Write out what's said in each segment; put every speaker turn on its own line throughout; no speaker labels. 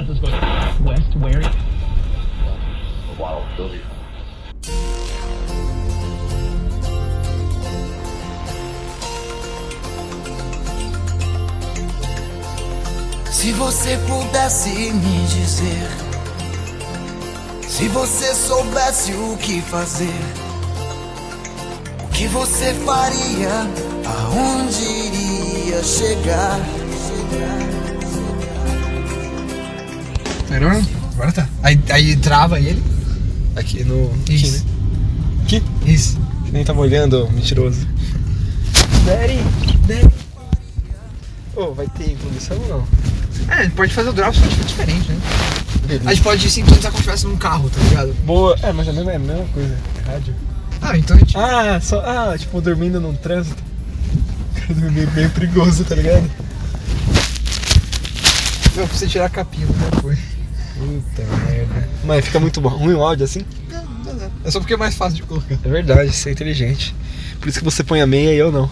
essas coisas. Westware.
Uau, tô vivo.
Se você pudesse me dizer, se você soubesse o que fazer, o que você faria, aonde iria chegar?
Melhor não? Agora tá. Aí, aí trava ele. Aqui no.
Isso.
Aqui, né? Aqui? Isso.
Você nem tava olhando, ô, mentiroso.
Daddy,
Ô, vai ter introdução ou não?
É, pode fazer o drop só que fica diferente, né?
Beleza.
A gente pode sintonizar como se estivesse num carro, tá ligado?
Boa. É, mas é a mesma, é a mesma coisa. É rádio.
Ah, então a gente.
Ah, só. Ah, tipo, dormindo num trânsito. Cara, dormir bem perigoso, tá ligado?
Eu preciso tirar a capinha do meu fone.
Puta merda. Mas fica muito bom. Ruim o áudio assim?
Não, não, não. É só porque é mais fácil de colocar.
É verdade, você é inteligente. Por isso que você põe a meia e eu não.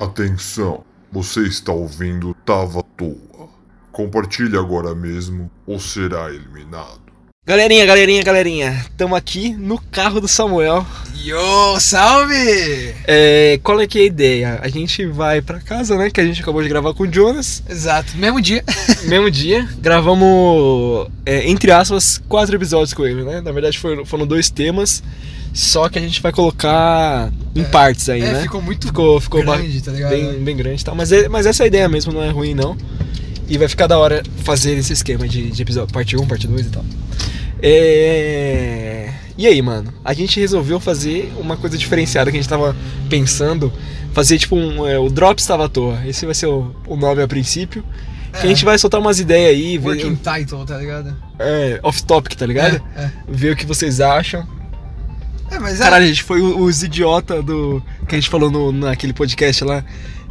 Atenção, você está ouvindo Tava à Toa. Compartilhe agora mesmo ou será eliminado.
Galerinha, galerinha, galerinha. Tamo aqui no carro do Samuel.
Yo, salve!
É, qual é que é a ideia? A gente vai pra casa, né? Que a gente acabou de gravar com o Jonas.
Exato, mesmo dia.
Mesmo dia. Gravamos, é, entre aspas, quatro episódios com ele, né? Na verdade foram, foram dois temas. Só que a gente vai colocar em partes aí,
é,
né?
ficou muito
ficou, ficou ba-
grande, tá ligado?
Bem, bem grande e tal. Mas, é, mas essa é a ideia mesmo, não é ruim não. E vai ficar da hora fazer esse esquema de, de episódio, parte 1, parte 2 e tal. É... E aí, mano? A gente resolveu fazer uma coisa diferenciada que a gente tava pensando. Fazer tipo um. é, o Drops Tava à Toa. Esse vai ser o, o nome a princípio. Que a gente vai soltar umas ideias aí,
É. Working
ver.
title, tá ligado?
É, off-topic, tá ligado?
É, é.
Ver o que vocês acham.
É, mas é.
Caralho, a gente foi o- os idiota do. que a gente falou no, naquele podcast lá.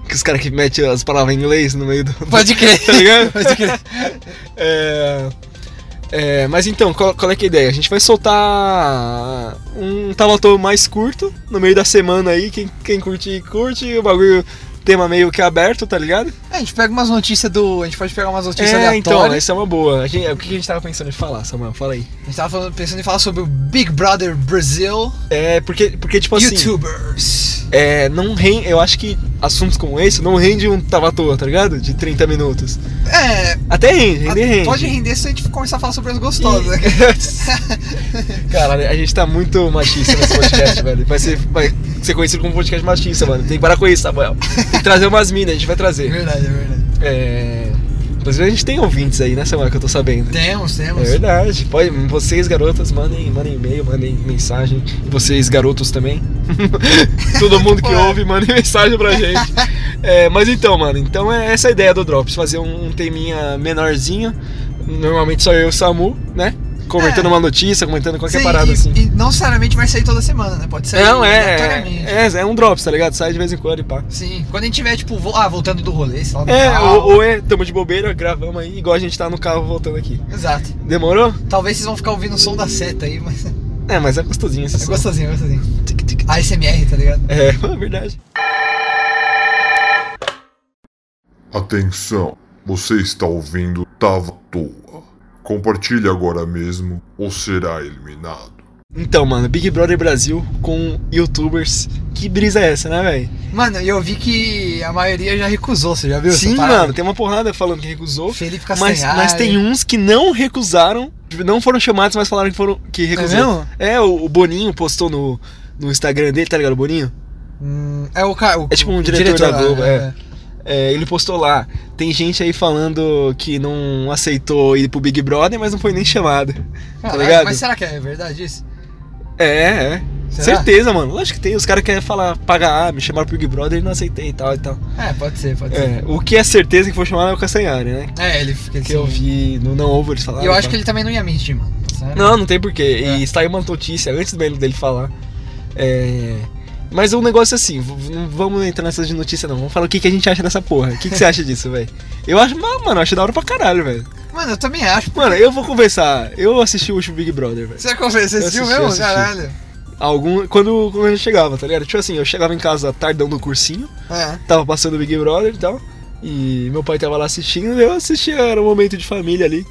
Que os caras que metem as palavras em inglês no meio do.
Pode crer.
Tá ligado?
Pode crer.
É, é, mas então, qual, qual é que é a ideia? A gente vai soltar um talatô mais curto no meio da semana aí. Quem, quem curte, curte. O bagulho, tema meio que aberto, tá ligado?
É, né? a gente pega umas notícias do. A gente pode pegar umas notícias
é, então,
aleatórias.
essa é uma boa. A gente- o que a gente tava pensando em falar, Samuel? Fala aí.
A gente tava falando- pensando em falar sobre o Big Brother Brasil
É, porque, porque tipo assim.
YouTubers.
é, não rende, eu acho que assuntos como esse não rende um tava à toa, tá ligado? De 30 minutos.
É.
Até rende, rende, rende.
Pode render se a gente começar a falar sobre as gostosas. né?
Caralho, a gente tá muito machista nesse podcast, velho. Vai ser, vai ser conhecido como podcast machista, mano. Tem que parar com isso, Samuel. Tem que trazer umas minas, a gente vai
É
trazer.
verdade, é verdade.
É... Inclusive a gente tem ouvintes aí, né, Samuel, que eu tô sabendo.
Temos,
É
temos.
verdade. Pode, vocês, garotas, mandem, mandem e-mail, mandem mensagem. E vocês, garotos, também. Todo mundo que
Ué.
ouve, mandem mensagem pra gente. É, mas então, mano, então é essa a ideia do Drops, fazer um, um teminha menorzinho. Normalmente só eu e o Samu, né? Comentando
É.
uma notícia, comentando qualquer
Sim,
parada
e,
assim.
e não necessariamente vai sair toda semana, né? Pode sair
Não, é,
aleatoriamente.
é. É um Drops, tá ligado? Sai de vez em quando e pá.
Sim, quando a gente tiver, tipo, vo- ah, voltando do rolê, sei lá, do
É,
carro.
ou, ou é, tamo de bobeira, gravamos aí, igual a gente tá no carro voltando aqui.
Exato.
Demorou?
Talvez vocês vão ficar ouvindo o som da seta aí, mas é
É, mas é gostosinho esse som.
gostosinho, é gostosinho. ASMR, tá ligado?
É, é verdade.
Atenção, você está ouvindo Tava à Toa. Compartilhe agora mesmo ou será eliminado.
Então, mano, Big Brother Brasil com youtubers. Que brisa é essa, né, velho?
Mano, e eu vi que a maioria já recusou, você já viu? essa
Sim,
parada?
mano, tem uma porrada falando que recusou.
Felipe
Mas,
Castanhari.
mas tem um- uns que não recusaram, não foram chamados, mas falaram que, foram, que recusou.
mesmo?
É, o, o Boninho postou no, no Instagram dele, tá ligado, o Boninho?
Hum, é o cara.
É tipo um
o
diretor da
lá,
Globo,
né?
é. É, ele postou lá. Tem gente aí falando que não aceitou ir pro Big Brother, mas não foi nem chamado. Tá
Caralho,
ligado?
Mas será que é verdade isso?
É, é.
Será?
Certeza, mano. Lógico que tem. Os caras querem falar, pagar, ah, me chamaram pro Big Brother e não aceitei e tal e tal.
É, pode ser, pode ser.
É, o que é certeza que foi chamado é o Castanhari, né?
É, ele fica
Que eu vi no Não Over eles falaram.
E eu acho
tá?
que ele também não ia mentir, mano. Sério?
Não, não tem porquê.
É.
E saiu uma notícia antes mesmo dele falar. É, Mas o negócio é assim, v- v- não vamos entrar nessas de notícia não. Vamos falar o que, que a gente acha dessa porra. O que, que você acha disso, velho? Eu acho, mas, mano, eu acho da hora pra caralho, velho.
Mano, eu também acho.
Mano, eu vou conversar. Eu assisti o último Big Brother, velho.
Você conversou
Eu
esse filme
assisti,
mesmo?
assisti.
Caralho.
Algum. Quando, quando eu chegava, tá ligado? Tipo assim, eu chegava em casa tardão do cursinho,
É.
tava passando o Big Brother e tal. E meu pai tava lá assistindo, eu assistia, era um momento de família ali.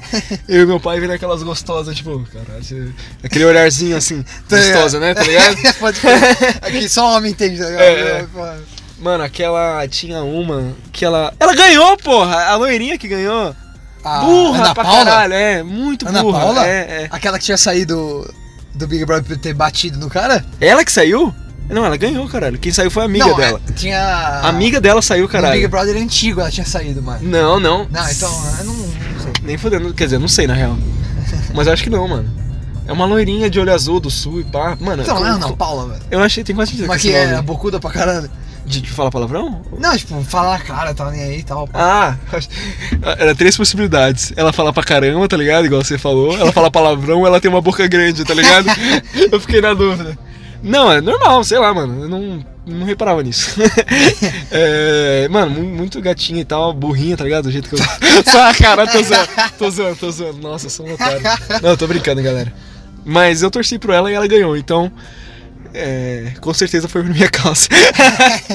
Eu e meu pai vendo aquelas gostosas, tipo, caralho, você- aquele olharzinho assim, gostosa, né? Tá ligado?
Pode crer. Aqui só homem entende. tá ligado?
É, é. Mano, aquela tinha uma que ela. Ela ganhou, porra! A loirinha que ganhou.
A
burra
Ah, Ana
pra
Paula?
caralho, é. Muito
Ana
burra.
Paula?
É, é.
Aquela que tinha saído do Big Brother por ter batido no cara?
Ela que saiu? Não, ela ganhou, caralho. Quem saiu foi a amiga
Não,
dela.
é, Tinha.
A amiga dela saiu,
Do Big
caralho.
Brother antigo ela tinha saído, mano.
Não, não.
Não, então, eu não, não sei.
Nem fodendo. Quer dizer, não sei na real. Mas eu acho que não, mano. É uma loirinha de olho azul do sul e pá. Mano,
Então,
eu,
não é Ana Paula, velho.
eu achei, tem quase certeza
Mas
que
que
esse
é
nome-
bocuda pra caralho.
De, de falar palavrão?
Não, tipo, fala na cara, tá nem aí e tal.
Ah, era três possibilidades. Ela fala pra caramba, tá ligado? Igual você falou. Ela fala palavrão, ela tem uma boca grande, tá ligado? Eu fiquei na dúvida. Não, é normal, sei lá, mano. Eu não, não reparava nisso. É, mano, mu- muito gatinha e tal, burrinha, tá ligado? Do jeito que eu. Só cara, tô zoando, tô zoando, tô zoando. Nossa, eu sou um otário. Não, eu tô brincando, galera. Mas eu torci pro ela e ela ganhou, então. é, com certeza foi por minha causa.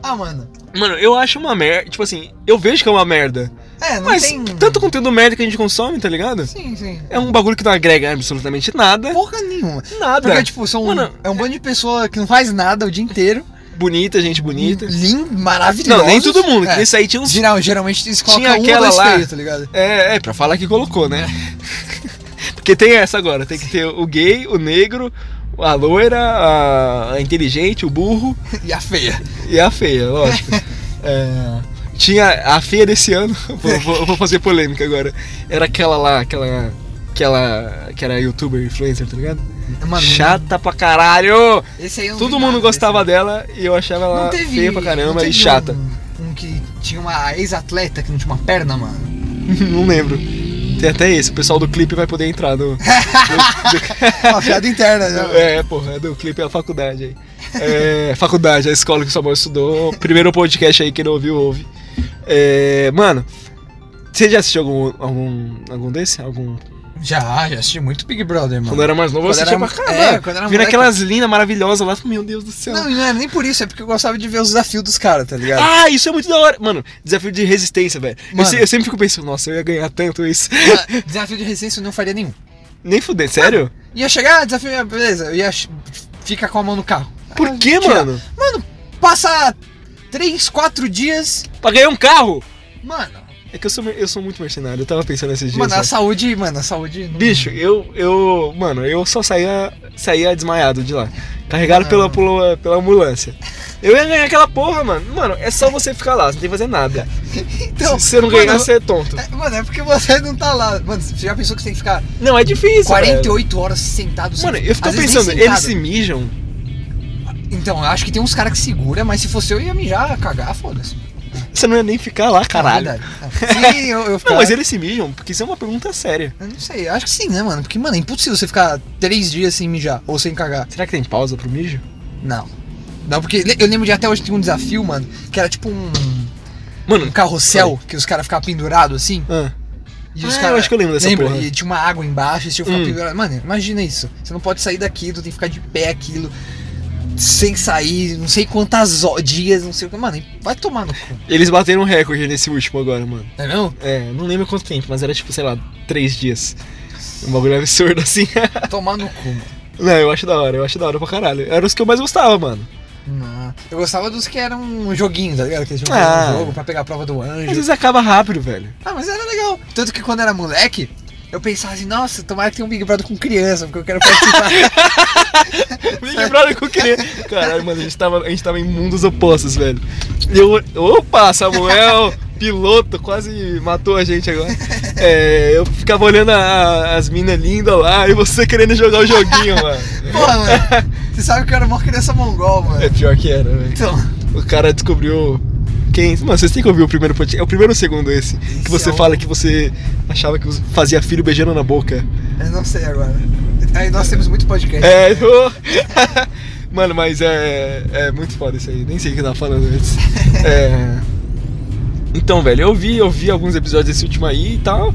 Ah, mano.
Mano, eu acho uma merda. Tipo assim, eu vejo que é uma merda.
É, não
Mas
tem.
tanto conteúdo merda que a gente consome, tá ligado?
Sim, sim.
É um bagulho que não agrega absolutamente nada.
Porra nenhuma.
nada.
Porque, tipo, são
Mano,
é um bando de pessoa que não faz nada o dia inteiro.
bonita, gente bonita.
Lindo, maravilhoso.
Não, nem todo mundo.
É.
que Nesse aí tinha uns.
Geral, geralmente eles colocam
Tinha
um ou
aquela
dois
lá.
feios, tá ligado?
É, é, pra falar que colocou, né? Porque tem essa agora. Tem que ter o gay, o negro, a loira, a, a inteligente, o burro
E a feia.
e a feia, lógico. É, Tinha a feia desse ano. Vou, vou- vou fazer polêmica agora. Era aquela lá, aquela. Aquela. Que era youtuber, influencer, tá ligado?
Mano,
Chata pra caralho!
esse aí eu não vi
Todo
nada
mundo
desse.
gostava dela e eu achava ela
Não teve.
feia pra
não
caramba
teve
e chata.
Um, um que tinha uma ex-atleta que não tinha uma perna, mano.
não lembro. Tem até esse, o pessoal do clipe vai poder entrar no.
Uma piada interna, né?
É, porra, é do clipe é a faculdade aí. É, faculdade, a escola que sua mãe estudou. Primeiro podcast aí, quem não ouviu, ouve. É, mano, você já assistiu algum, algum, algum desse? Algum.
Já, já assisti muito Big Brother, mano.
Quando eu era mais novo, eu
Quando
assistia
era-
pra caramba.
é, quando era
Vira
moleque.
aquelas lindas maravilhosas lá, meu Deus do céu.
Não, e não era nem por isso, é porque eu gostava de ver os desafios dos caras, tá ligado?
Ah, isso é muito da hora. Mano, desafio de resistência, velho. Eu,
Mano.
se- eu sempre fico pensando, nossa, eu ia ganhar tanto isso.
Ah, desafio de resistência eu não faria nenhum.
Nem fuder, sério?
Ia chegar, desafio, ah, beleza, eu ia ch- ficar com a mão no carro.
Por que,
Ah, Tira.
mano?
Mano, passa 3, 4 dias.
Pra ganhar um carro?
Mano,
É que eu sou, mer- eu sou muito mercenário, eu tava pensando nesses dias.
mano, a
sabe?
saúde, mano, a saúde. não-
Bicho, eu, eu. Mano, eu só saía, saía desmaiado de lá. Carregado
Ah.
pela, pela, pela ambulância. Eu ia ganhar aquela porra, mano. Mano, é só você ficar lá, você não tem que fazer nada.
Então,
Se você não ganhar,
mano,
você é tonto.
é- Mano, é porque você não tá lá. Mano, você já pensou que você tem que ficar
Não, é difícil.
48 horas sentado
velho. Mano, eu fico
às vezes
pensando,
nem sentado.
eles se mijam?
Então, eu acho que tem uns caras que segura, mas se fosse eu, eu ia mijar, cagar, foda-se.
Você não ia nem ficar lá, caralho.
É verdade. Sim, eu, eu ficar...
Não, mas eles se mijam? Porque isso é uma pergunta séria.
Eu não sei, eu acho que sim, né, mano? Porque, mano, é impossível você ficar três dias sem mijar ou sem cagar.
Será que tem pausa pro mijo?
Não. Não, porque le- eu lembro de até hoje tem um desafio, mano, que era tipo um,
Mano,
um carrossel, que os caras ficavam pendurados assim.
ah,
E os
Ah,
caras-
eu acho que eu lembro dessa
lembra?
porra.
E tinha uma água embaixo, e tinha que ficar
Hum.
pendurado. Mano, imagina isso. Você não pode sair daquilo, tem que ficar de pé aquilo, sem sair, não sei quantas ho- dias, não sei o que. Mano, vai tomar no cu.
eles bateram um recorde nesse último agora, mano.
É mesmo?
É, não lembro quanto tempo, mas era tipo, sei lá, três dias. Um bagulho absurdo assim.
Tomar no cu, mano.
Não, eu acho da hora, eu acho da hora pra caralho. Era os que eu mais gostava, mano.
Não. Eu gostava dos que eram um joguinho, tá ligado? Que eles tinham
Ah.
um jogo pra pegar a prova do
Às
anjo.
vezes acaba rápido, velho.
Ah, mas era legal. Tanto que quando era moleque, eu pensava assim, nossa, tomara que tenha um Big Brother com criança, porque eu quero participar.
Big Brother que eu queria. Caralho, mano, a gente tava, a gente tava em mundos opostos, velho. E Eu, opa, Samuel, piloto, quase matou a gente agora. É, eu ficava olhando a- as minas lindas lá e você querendo jogar o joguinho, mano.
Porra, mano. Você sabe que eu era uma criança mongol, mano.
É pior que era, velho.
Então,
O cara descobriu. Quem? Mano, vocês têm que ouvir o primeiro podcast. É o primeiro ou o segundo esse? Que você
é o-
fala que você achava que você fazia filho beijando na boca.
eu não sei agora. Aí nós temos muito podcast.
É, eu... Mano, mas é, é muito foda isso aí. Nem sei o que eu tava falando antes. É... Então, velho, eu vi, eu vi alguns episódios desse último aí e tal.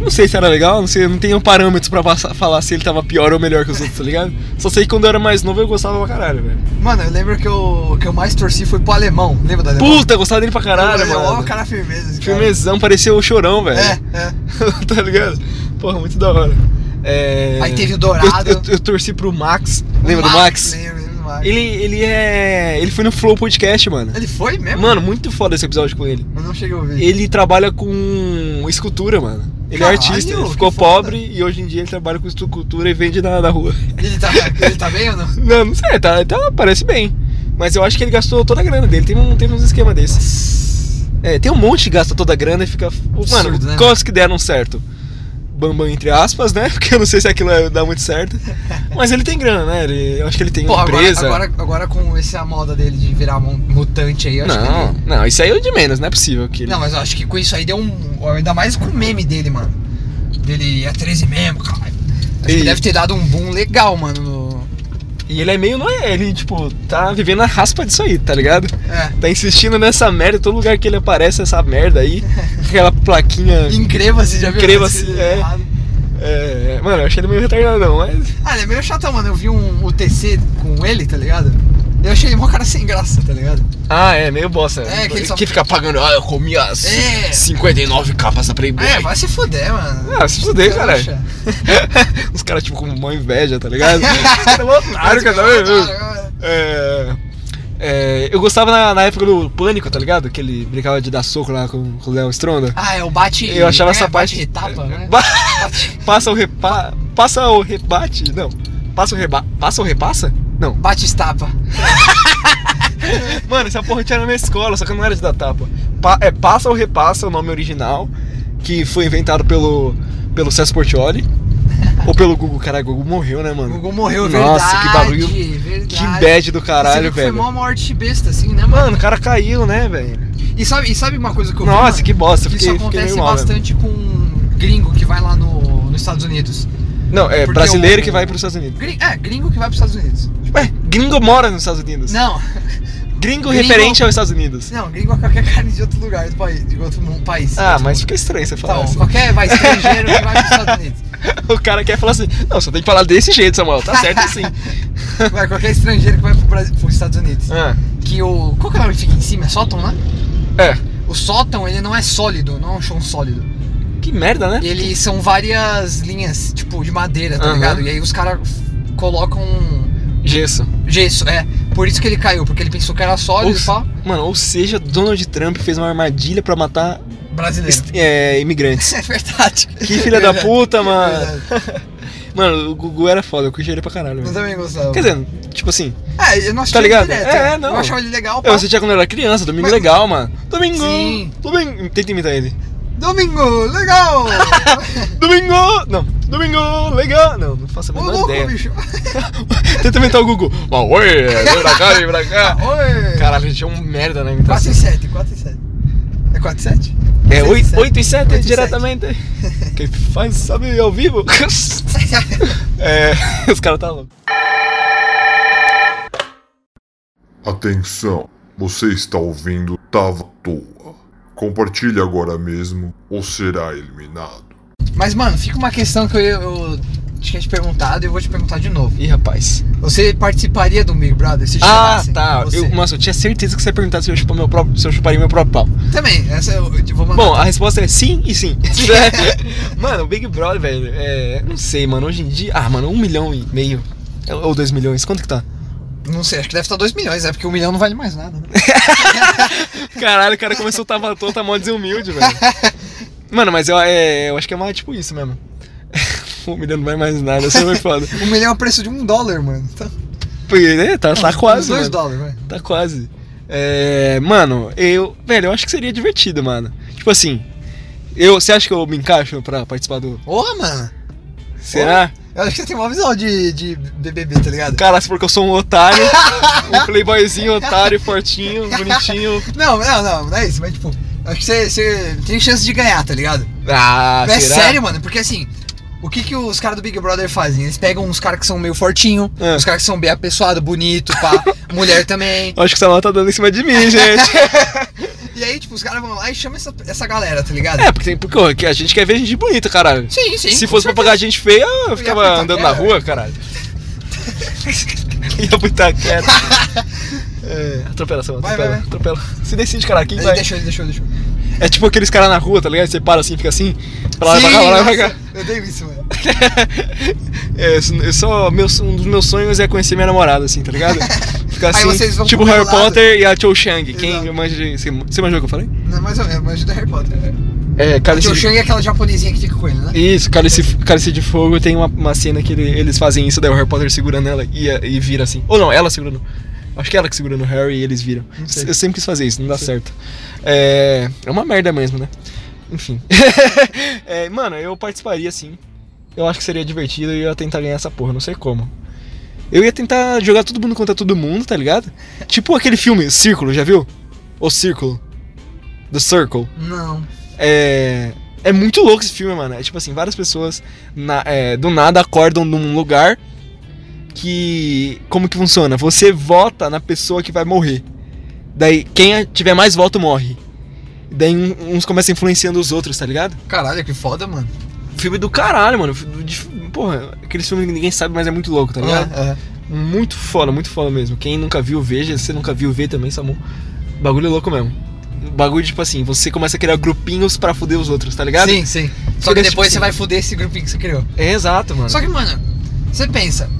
Não sei se era legal, não sei, não tenho parâmetros pra passar- falar se ele tava pior ou melhor que os outros, tá ligado? Só sei que quando eu era mais novo eu gostava pra caralho, velho.
Mano, eu lembro que eu, que eu mais torci foi pro alemão. Lembra do alemão?
Puta, eu gostava dele pra caralho,
o alemão é um
mano.
cara firmeza. esse cara.
Firmezão, parecia o chorão, velho.
É, é.
tá ligado? Porra, muito da hora. É...
Aí teve o Dourado.
Eu, eu- eu torci pro Max. Lembra do Max?
Lembro, lembro do Max.
Ele, ele é. Ele foi no Flow Podcast, mano.
Ele foi mesmo?
Mano, muito foda esse episódio com ele.
Eu não cheguei a ouvir.
Ele trabalha com escultura, mano. Ele
Caralho,
é artista, ele
que
ficou
foda.
pobre e hoje em dia ele trabalha com escultura e vende na, na rua.
Ele tá, ele tá bem ou não?
Não, não sei, tá, tá- parece bem. Mas eu acho que ele gastou toda a grana dele. Tem, um, tem uns esquema desses. É, tem um monte que gasta toda a grana e fica. mano,
né?
quantos que deram certo? Bambam, entre aspas, né? Porque eu não sei se aquilo é- dá muito certo. Mas ele tem grana, né? Ele, eu acho que ele tem
Pô, agora-
empresa.
Agora, agora, com essa moda dele de virar mu- mutante aí, eu acho
não,
que.
não, isso aí é o de menos, não é possível que
ele-
ele.
Não, mas eu acho que com isso aí deu um. Ainda mais com o meme dele, mano. Dele é 13 mesmo, caralho. Acho que
E-
deve ter dado um boom legal, mano. no-
E ele é meio, não é? Ele, tipo, tá vivendo a raspa disso aí, tá ligado?
É.
Tá insistindo nessa merda, todo lugar que ele aparece, essa merda aí. aquela plaquinha.
Encreva-se, já viu?
Encreva-se,
Esse-
é. É, mano, eu achei ele meio retardadão, mas.
Ah, ele é meio chatão, mano. Eu vi um UTC com ele, tá ligado? Eu achei ele mó cara sem graça, tá ligado?
Ah, é, meio bosta.
É, que ele só-
fica pagando, ah, eu comi as
É.
59 capas da Playboy.
É, vai se fuder, mano.
Ah, se fuder,
Você
caralho.
acha?
Os caras, tipo, com mó inveja, tá ligado? Os caras mó otário, cara.
Otário,
É, é, eu gostava na, na época do Pânico, tá ligado? Que ele brincava de dar soco lá com, com o Léo Stronda.
Ah, é o bate.
Eu achava
né?
essa parte.
Bate etapa, né?
Ba- passa o repa... Passa o rebate? Não. Passa o reba... Passa o repassa? Não.
Bate estapa.
Mano, essa porra tinha na minha escola, só que eu não era de dar tapa. Pa- É Passa ou Repassa, o nome original, que foi inventado pelo, pelo César Portioli. ou pelo Gugu. Caralho, o Gugu morreu, né,
O
mano?
Google morreu,
Nossa,
verdade.
que barulho.
Verdade.
Que bad do
Você
caralho,
viu que
velho.
Foi mó morte besta, assim, né, mano?
Mano, o cara caiu, né, velho?
E sabe, e sabe uma coisa que eu vi,
Nossa,
mano?
que bosta. eu
Que
Fiquei,
isso
fiquei
acontece
meio mal, né?
bastante com um gringo que vai lá no, nos Estados Unidos.
Não, é
porque
brasileiro
o-
que vai pros Estados Unidos.
Gringo, é, gringo que vai pros Estados Unidos.
Ué, gringo mora nos Estados Unidos.
Não,
Gringo,
Gringo-
referente aos Estados Unidos.
não, gringo é qualquer cara de outro lugar, do país, de outro mu- país.
Ah,
Outro
mas
mundo.
fica estranho você
Tá
falar
bom,
isso.
qualquer vai estrangeiro que vai pros Estados Unidos.
O cara quer falar assim, não, só tem que falar desse jeito, Samuel, tá certo assim.
Vai, qualquer estrangeiro que vai pro Brasil, pros Estados Unidos.
Ah,
Que o. Qual que é o nome que fica em cima? É sótão, né?
é,
O sótão, ele não é sólido, não é um chão sólido.
que merda, né?
Eles são várias linhas, tipo, de madeira, tá
Aham.
ligado? E aí os caras colocam
Gesso.
gesso, é. Por isso que ele caiu, porque ele pensou que era
Ou,
sólido e
se-
pá.
mano, ou seja, Donald Trump fez uma armadilha pra matar
Brasileiro.
est- é, imigrantes.
É verdade. É
Que filha da
Verdade.
puta, mano.
Verdade.
Mano, o Gugu era foda, eu curti ele pra caralho.
Eu
velho.
também gostava.
Quer dizer, tipo assim,
é, eu não
tá
achava
ligado?
direto.
É, não.
Eu achava ele legal, pá.
eu assistia quando eu era criança, domingo
Mas-
legal, mano. Domingo!
Sim.
Domingo! Tenta imitar ele.
Domingo, legal!
Domingo! Não, domingo, legal! Não, não faço a
Ô
menor
louco,
ideia.
bicho.
Tenta imitar o Gugu. Mas oi, é, vem pra cá, vem pra cá.
Oi!
Caralho, a gente é um merda na
4
imitação.
e 7, 4 e 7. É 4 e 7?
É 8, e
7,
7 diretamente. Quem faz sabe ao vivo. É, os caras tá louco.
Atenção, você está ouvindo Tava à Toa. Compartilhe agora mesmo ou será eliminado.
Mas, mano, fica uma questão que eu, eu tinha te perguntado e eu vou te perguntar de novo.
Ih, rapaz.
Você participaria do Big Brother se
Ah,
chamassem
tá.
assim, você?
Eu, nossa, eu tinha certeza que você ia perguntar se eu, chupar meu próprio, se eu chuparia meu próprio pau.
Também, essa eu, eu vou mandar.
Bom, a resposta é sim e sim. É. mano, o Big Brother, velho, é. Não sei, mano. Hoje em dia. Ah, mano, um milhão e meio. Ou dois milhões, quanto que tá?
não sei, acho que deve estar 2 milhões, é porque um milhão não vale mais nada. Né?
Caralho, o cara começou a tava todo, tá mó desumilde, velho. Mano, mas eu, é, eu acho que é mais tipo isso mesmo. Um milhão não vai mais nada, isso foi foda.
Um milhão é o preço de um dólar, mano. Tá,
Porque, né, tá, tá
uns
quase.
Dois
mano.
dólares, velho.
Tá quase. É, mano, eu. Velho, eu acho que seria divertido, mano. Tipo assim, eu, você acha que eu me encaixo pra participar do.
Ô, mano.
Será?
Eu acho que você tem uma visão de, de BBB, tá ligado?
Cara, porque eu sou um otário, um playboyzinho otário, fortinho, bonitinho.
Não, não, não, não é isso, mas tipo, acho que você, você tem chance de ganhar, tá ligado?
Ah,
Não é
será?
sério, mano, porque assim, o que que os caras do Big Brother fazem? Eles pegam uns caras que são meio fortinho,
É.
uns caras que são bem apessoado, bonito, pá, mulher também.
Acho que o Samuel tá dando em cima de mim, gente.
E aí, tipo, os caras vão lá e chamam essa, essa galera, tá ligado?
É, porque, porque ó, que a gente quer ver gente bonita, caralho.
Sim, sim.
Se
com
fosse pra pagar gente feia, eu ficava
pra
andando na
Itaquera.
rua, caralho. Ia pro Itaquera. É, atropela, Sam,
Vai,
atropela,
vai, vai.
atropela. Se decide, cara, quem
certeza.
vai?
Deixa, eu- deixa, eu- deixa. eu.
É tipo aqueles caras na rua, tá ligado? Você para assim, fica assim. Pra lá,
Sim,
pra cá, pra lá, pra
nossa,
cá.
Eu dei isso, mano.
É, isso- eu só, meu, um dos meus sonhos é conhecer minha namorada, assim, tá ligado? Ficar
Aí
assim,
vocês vão
tipo
pro meu
Harry
lado.
Potter e a Cho Chang. Quem
Exato.
manja de... Você, você manjou o que eu falei?
Não, mais ou menos, mas ajuda Harry Potter.
É, cara,
Porque o Shang é aquela japonesinha que fica com ele, né?
Isso, Cálice, Cálice de Fogo tem uma, uma cena que ele- eles fazem isso, daí o Harry Potter segurando ela e, e vira assim. Ou não, ela segurando. Acho que é ela que segurando o Harry e eles viram.
sei.
Eu sempre quis fazer isso, não dá certo. É, é uma merda mesmo, né? Enfim. É, mano, eu participaria sim. Eu acho que seria divertido e eu ia tentar ganhar essa porra, não sei como. Eu ia tentar jogar todo mundo contra todo mundo, tá ligado? Tipo aquele filme, Círculo, já viu? O Círculo. The Circle.
Não.
É. É muito louco esse filme, mano. É tipo assim, várias pessoas na- é, do nada acordam num lugar que. Como que funciona? Você vota na pessoa que vai morrer. Daí, quem tiver mais voto morre. Daí um- uns começam influenciando os outros, tá ligado?
Caralho, que foda, mano.
Filme do caralho, mano. Fi- de- Porra, aqueles filmes que ninguém sabe, mas é muito louco, tá ligado?
Ah, é.
Muito foda, muito foda mesmo. Quem nunca viu, veja. Se você nunca viu, vê também, Samu. Bagulho louco mesmo. Bagulho, tipo assim, você começa a criar grupinhos pra foder os outros, tá ligado?
Sim, sim. Só que
Porque,
depois
tipo,
você vai foder esse grupinho que você criou.
É exato, mano.
Só que, mano, você pensa.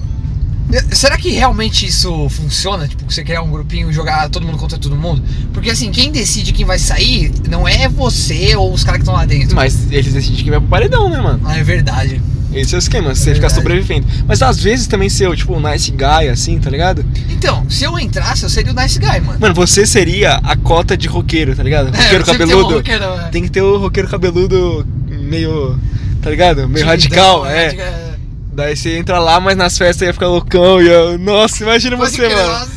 eh, Será que realmente isso funciona? Tipo, você criar um grupinho e jogar todo mundo contra todo mundo? Porque assim, quem decide quem vai sair não é você ou os caras que estão lá dentro.
Mas eles decidem que vai pro paredão, né, mano?
Ah, é verdade.
Esse é o esquema, você ficar
Verdade.
sobrevivendo. Mas às vezes também ser, tipo, um nice guy, assim, tá ligado?
Então, se eu entrasse, eu seria o nice guy, mano.
Mano, você seria a cota de roqueiro, tá ligado? Roqueiro
eu sempre tenho um
cabeludo.
roqueirão, é.
Tem que ter o roqueiro cabeludo meio. Tá ligado? Meio
Timidão,
radical, é.
radical, é.
Daí você entra lá, mas nas festas ia ficar loucão e eu... Nossa, imagina
Pode
você,
crer,
mano.
nossa,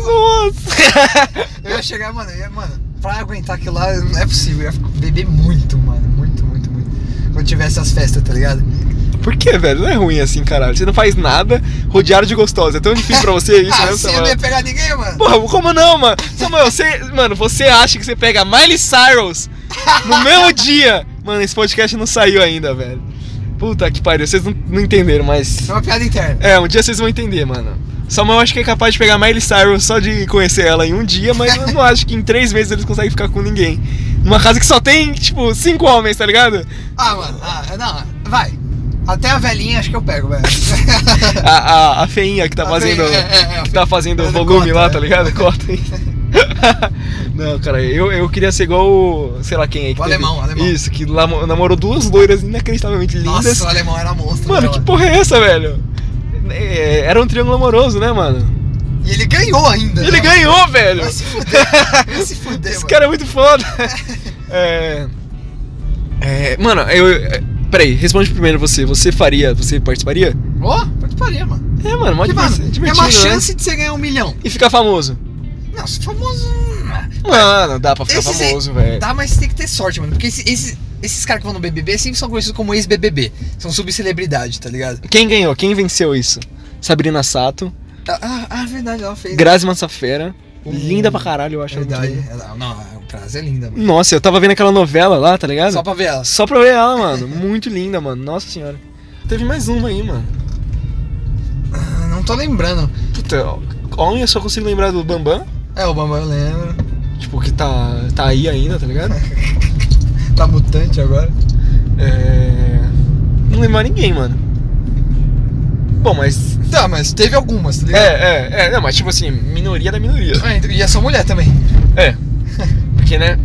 Nossa!
Eu ia chegar, mano, eu ia, mano, pra aguentar aquilo lá não é possível. Eu ia ficar- beber muito, mano. Muito, muito, muito. Quando tivesse as festas, tá ligado?
Por que, velho? Não é ruim assim, caralho. Você não faz nada, rodeado de gostosa. É tão difícil pra você isso,
ah,
né,
você
Samuel?
não ia pegar ninguém, mano?
Porra, como não, mano? Samuel, você, mano, você acha que você pega Miley Cyrus no mesmo dia? Mano, esse podcast não saiu ainda, velho. Puta que pariu, vocês não, não entenderam, mas.
É uma piada interna.
É, um dia vocês vão entender, mano. Samuel acho que é capaz de pegar Miley Cyrus só de conhecer ela em um dia, mas eu não acho que em três meses eles conseguem ficar com ninguém. Numa casa que só tem, tipo, cinco homens, tá ligado?
Ah, mano, ah, não, vai. Até a velhinha acho que eu pego, velho.
A, a, a feinha que tá
A
fazendo.
feinha, é, é, é,
que tá fazendo o
fazendo
volume
cota,
lá,
né?
tá ligado? Cota aí. Não, cara, eu, eu queria ser igual o. sei lá quem é que
O
teve-
alemão, o alemão.
Isso, que lamo- namorou duas loiras inacreditavelmente lindas.
Nossa, o alemão era monstro.
mano,
né,
que porra é essa, velho? É, era um triângulo amoroso, né, mano?
E ele ganhou ainda.
E ele
né?
ganhou, velho!
Vai se fuder. Vai se fuder,
Esse
mano.
cara é muito foda. É. é, mano, eu. é, Peraí, responde primeiro você. Você faria, você participaria?
Ó, pode parir, mano.
É, mano, mó
Que, mano,
divertido,
é
divertido,
uma
né?
chance de você ganhar um milhão.
E ficar famoso.
Não, se famoso. hum,
Mano, dá pra ficar
esses aí-
famoso, velho.
Dá, mas tem que ter sorte, mano. Porque esse- esses, esses caras que vão no BBB sempre são conhecidos como ex-BBB. São subcelebridade, tá ligado?
Quem ganhou? Quem venceu isso? Sabrina Sato,
Ah, Ah, ah, verdade, ela fez.
Grazi Massafera.
Hum,
linda pra caralho, eu acho. ela muito
verdade.
linda.
Ela- Não, o prazo é linda, mano.
Nossa, eu tava vendo aquela novela lá, tá ligado?
Só pra ver ela.
Só pra ver ela, mano. Muito linda, mano. Nossa senhora. Teve mais uma aí, mano.
Ah, Não tô lembrando.
Puta, ó, olha, eu só consigo lembrar do Bambam.
É, o Bambam eu lembro.
Tipo, que tá, tá aí ainda, tá ligado?
Tá mutante agora.
É. Não lembro mais ninguém, mano. Bom, mas.
Tá, mas teve algumas, tá ligado?
É, é, é. Não, mas tipo assim, minoria da minoria.
Ah, então- E é só mulher também.
É. Porque, né?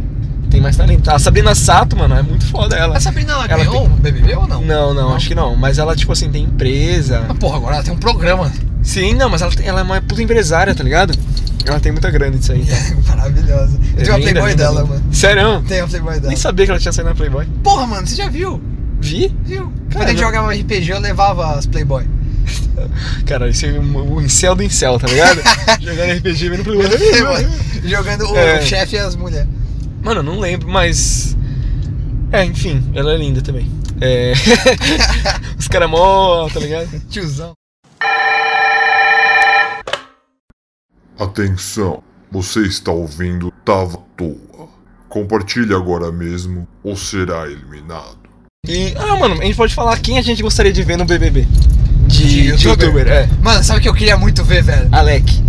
Tem mais talento. A Sabrina Sato, mano, é muito foda ela.
A Sabrina, ela,
Ela
ganhou o BBB ou não?
Não, não, acho que não. Mas ela, tipo assim, tem empresa.
Ah, porra, agora ela tem um programa.
Sim, não, mas ela, tem- ela é uma puta empresária, tá ligado? Ela tem muita grana disso aí.
É, maravilhosa. Eu
É
tenho a
linda,
Playboy
linda,
dela,
linda.
mano.
Sério?
Tem a Playboy dela.
Nem sabia que ela tinha saído na Playboy.
Porra, mano, você já viu?
Vi?
Viu? Quando
Cara,
a gente
não-
jogava RPG, eu levava as Playboy.
Cara, esse é o o incel do incel, tá ligado? Jogando RPG vendo Playboy.
Jogando o
É.
chefe e as mulheres.
Mano, eu não lembro, mas. É, enfim, ela é linda também. É. Os caras mó, tá ligado?
Tiozão.
Atenção, você está ouvindo Tava à Toa. Compartilhe agora mesmo ou será eliminado.
E, ah, mano, a gente pode falar quem a gente gostaria de ver no BBB.
De youtuber.
é.
Mano, sabe o que eu queria muito ver, velho?
Alec.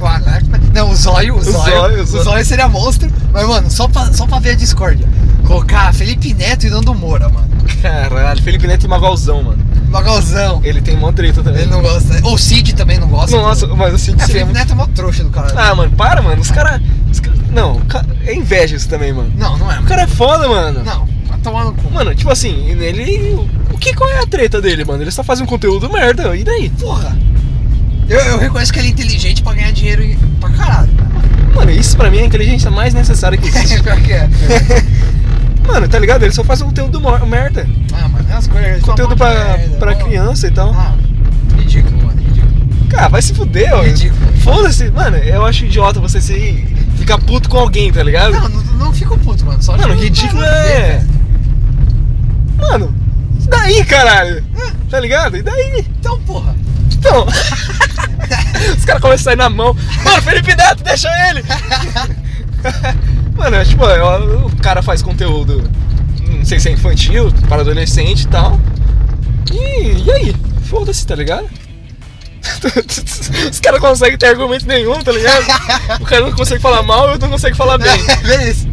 O Anac- Não, o Zóio, o
Zóio,
Zóio.
o
O
Zóio.
Zóio seria monstro. Mas, mano, só pra, só pra ver a discórdia. Colocar Felipe Neto e Nando Moura, mano.
Caralho, Felipe Neto e Magalzão, mano.
Magalzão.
Ele tem mó treta também.
Ele não gosta. né? Ou o Cid também não gosta.
Nossa,
do-
mas o Cid seria
É, Felipe
muito...
Neto é mó trouxa do cara.
Ah, mano, para, mano. Os caras. Cara... Não, ca- é inveja isso também, mano.
Não, não é.
O cara é foda, mano.
Não, vai tomar no cu.
Mano, tipo assim, ele. O que qual é a treta dele, mano? Ele só faz um conteúdo merda, e daí?
Porra. Eu, eu reconheço que ele é inteligente pra ganhar dinheiro e- pra caralho.
Mano, isso pra mim é a inteligência mais necessária que existe.
Pior que é.
mano, tá ligado? Ele só faz um conteúdo mor- merda.
Ah, mano, é umas coisas.
Conteúdo
uma
pra,
merda,
pra
mano.
criança e tal.
Ah, ridículo, mano, ridículo.
Cara, vai se fuder, ó.
Ridículo.
Foda-se. Mano, eu acho idiota você se ficar puto com alguém, tá ligado?
Não, não, não fico puto, mano. Só
Mano,
acho-
ridículo é. Mano, e daí, caralho? Tá ligado? E daí?
Então, porra.
Então. Os caras começam a sair na mão. Mano, Felipe Neto, deixa ele! Mano, é tipo, ó, o cara faz conteúdo, não sei se é infantil, para adolescente e tal. E, e aí? Foda-se, tá ligado? Os caras não conseguem ter argumento nenhum, tá ligado? O cara não consegue falar mal, eu não consigo falar bem.
Vê isso.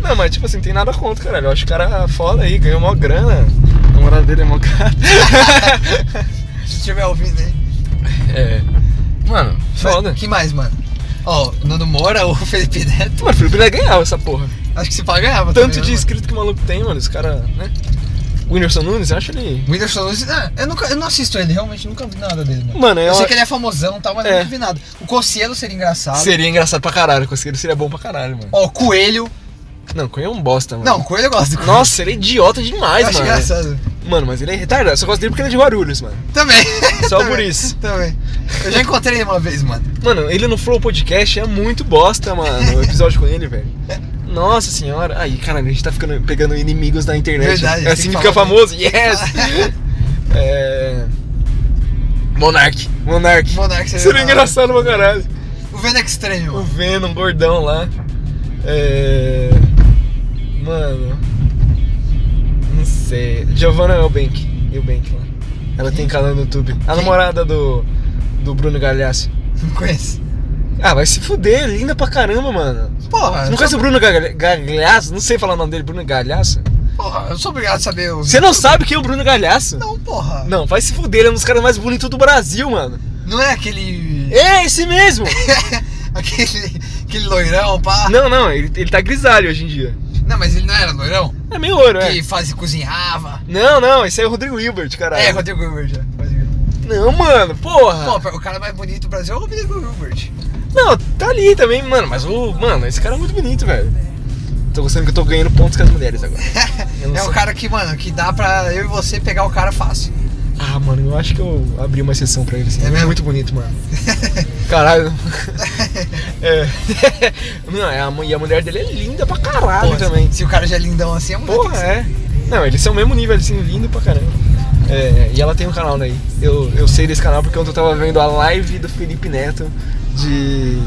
Não, mas tipo assim, tem nada contra, caralho. Eu acho o cara foda aí, ganhou mó grana. A namorada dele é mó cara.
Se estiver ouvindo aí.
é. Mano, foda.
Mas, que mais, mano? Ó, o Nando Moura, o Felipe Neto,
Mano, o Felipe vai ganhar essa porra.
acho que se né, pá ganhava.
Tanto de
disco.
inscrito que o maluco tem, mano, os caras, né? O Whindersson Nunes, eu acho ele.
O Whindersson Nunes, ah, eu, nunca, eu não assisto ele, realmente nunca vi nada dele. Mano.
Mano,
Eu,
eu,
sei que ele é famosão e tal, mas
É.
nunca vi nada. O Cossielo seria engraçado.
seria engraçado pra caralho, com esse ele seria bom pra caralho, mano.
Ó, o Coelho.
Não, Cunha é um bosta, mano.
Não, o Coelho eu gosto do Coelho.
Nossa, ele é idiota demais,
eu acho
mano.
engraçado.
Mano, mas ele é retardado. Eu só gosto dele porque ele é de Guarulhos, mano.
Também.
Só
Também.
por isso.
Também. Eu já encontrei ele uma vez, mano.
Mano, ele no Flow Podcast é muito bosta, mano. O episódio com ele, velho. Nossa senhora. Aí, caralho, a gente tá ficando, pegando inimigos da internet.
Verdade,
é assim
tem
que
que
fica
falar
famoso. Yes! é... Monark. Monark.
Monark seria
Seria
da hora.
engraçado pra caralho.
O Venom Extreme,
O
mano.
Venom, um gordão lá. É... Mano... Não sei. Giovanna é Eubank. Eubank lá. Ela tem canal no YouTube. A
Quem?
namorada do, do Bruno Galhaço.
Não conheço.
Ah, vai se fuder, linda pra caramba, mano.
Porra,
Você
eu
não conhece o Bruno Galha- Galhaço? Não sei falar o nome dele, Bruno Galhaço?
sou- porra, eu sou obrigado a saber o.
Você não sabe quem é o Bruno Galhaço?
Não, porra.
Não, vai se fuder, ele é um dos caras mais bonitos do Brasil, mano.
Não é aquele.
É, esse mesmo!
aquele. aquele loirão, pá.
não, não, ele, ele tá grisalho hoje em dia.
Não, mas ele não era loirão?
É meio ouro, é.
Que fazia, cozinhava.
Não, não, esse aí é o Rodrigo Hilbert, caralho.
É, Rodrigo Hilbert já. Rodrigo.
Não, mano, porra.
Pô, o cara mais bonito do Brasil é o Rodrigo Hilbert.
Não, tá ali também, mano, mas o... Mano, esse cara é muito bonito, velho. Tô gostando que eu tô ganhando pontos com as mulheres agora. Eu não
É
sei.
o cara que, mano, que dá pra eu e você pegar o cara fácil.
Ah, mano, eu acho que eu abri uma exceção pra ele, assim.
É
ele é
mesmo?
muito bonito, mano. Caralho. é. Não, é a, mu- e a mulher dele é linda pra caralho
Pô,
também.
Ah, Se o cara já é lindão assim, é muito.
Porra, é. Não, eles são o mesmo nível, assim, lindo pra caramba. É, e ela tem um canal daí. Eu, eu sei desse canal porque ontem eu tava vendo a live do Felipe Neto de,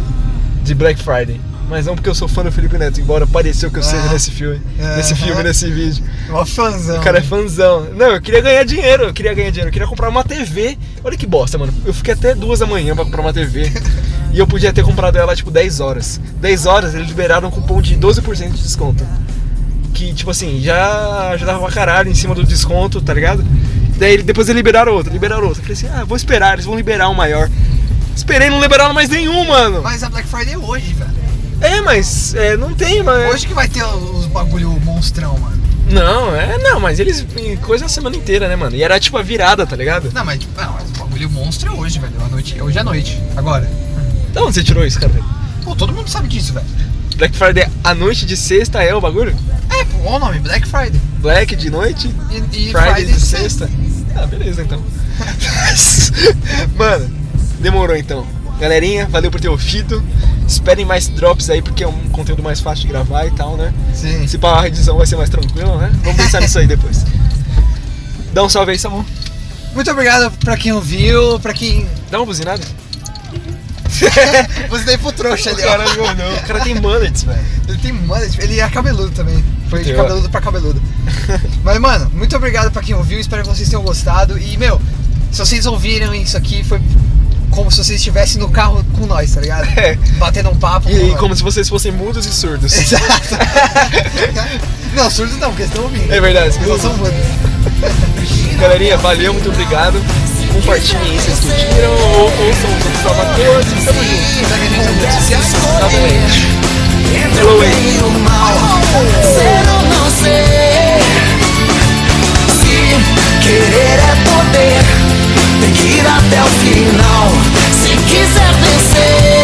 de Black Friday. Mas não porque eu sou fã do Felipe Neto, embora pareceu que eu seja
Ah.
nesse filme, nesse
Aham.
filme, nesse vídeo.
Mó fãzão. né?
O cara é fãzão. Não, eu queria ganhar dinheiro, eu queria ganhar dinheiro, eu queria comprar uma TV. Olha que bosta, mano. Eu fiquei até duas da manhã pra comprar uma TV. e eu podia ter comprado ela, tipo, 10 horas. 10 horas, eles liberaram um cupom de 12% de desconto. Que, tipo assim, já ajudava pra caralho em cima do desconto, tá ligado? Daí ele- depois eles liberaram outro, liberaram outro. Eu falei assim, ah, vou esperar, eles vão liberar um maior. Esperei, não liberaram mais nenhum, mano.
Mas a Black Friday é hoje, velho.
É, mas é, não tem, mano.
Hoje que vai ter os bagulho monstrão, mano.
Não, é, não, mas eles. Coisa a semana inteira, né, mano? E era tipo a virada, tá ligado?
Não, mas tipo, não, mas o bagulho monstro é hoje, velho. A noite, hoje à noite. Agora.
Da onde você tirou isso, cara?
Pô, todo mundo sabe disso, velho.
Black Friday, a noite de sexta é o bagulho?
É, pô, olha o nome, Black Friday.
Black de noite?
E, e
Friday de sexta? Ah, beleza então. Mano, demorou então. Galerinha, valeu por ter ouvido. Esperem mais drops aí, porque é um conteúdo mais fácil de gravar e tal, né?
Sim.
Se pá, a edição vai ser mais tranquila, né? Vamos pensar nisso aí depois. Dá um salve aí, Samu.
Muito obrigado pra quem ouviu, pra quem.
Dá uma buzinada?
Você daí pro trouxa ali,
O cara,
ó.
não, o cara tem mullets, velho.
Ele tem mano, tipo, ele é cabeludo também. Foi de
Eu-
cabeludo pra cabeludo. Mas, mano, muito obrigado pra quem ouviu. Espero que vocês tenham gostado. E, meu, se vocês ouviram isso aqui, foi como se vocês estivessem no carro com nós, tá ligado?
É.
Batendo um papo. com
E,
nós.
como se vocês fossem mudos e surdos.
Exato. não, surdo não, porque eles estão ouvindo.
É verdade,
Porque eles são mudos.
Galerinha, valeu, muito obrigado. Compartilhem aí se vocês curtiram ou ouçam os outros salvadores. e Tamo junto. Tá
Será que a gente é muito social?
Exatamente. Hello, hein?
bem ou mal, ser ou não ser. Se querer é poder, tem que ir até o final. Se quiser vencer.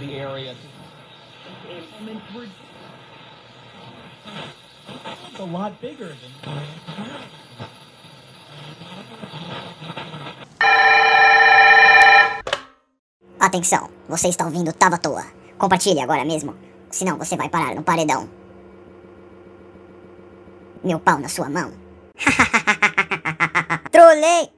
The area. It's a lot bigger than.
Atenção, você está ouvindo Tava à Toa. Compartilhe agora mesmo, senão você vai parar no paredão. Meu pau na sua mão. Trolei!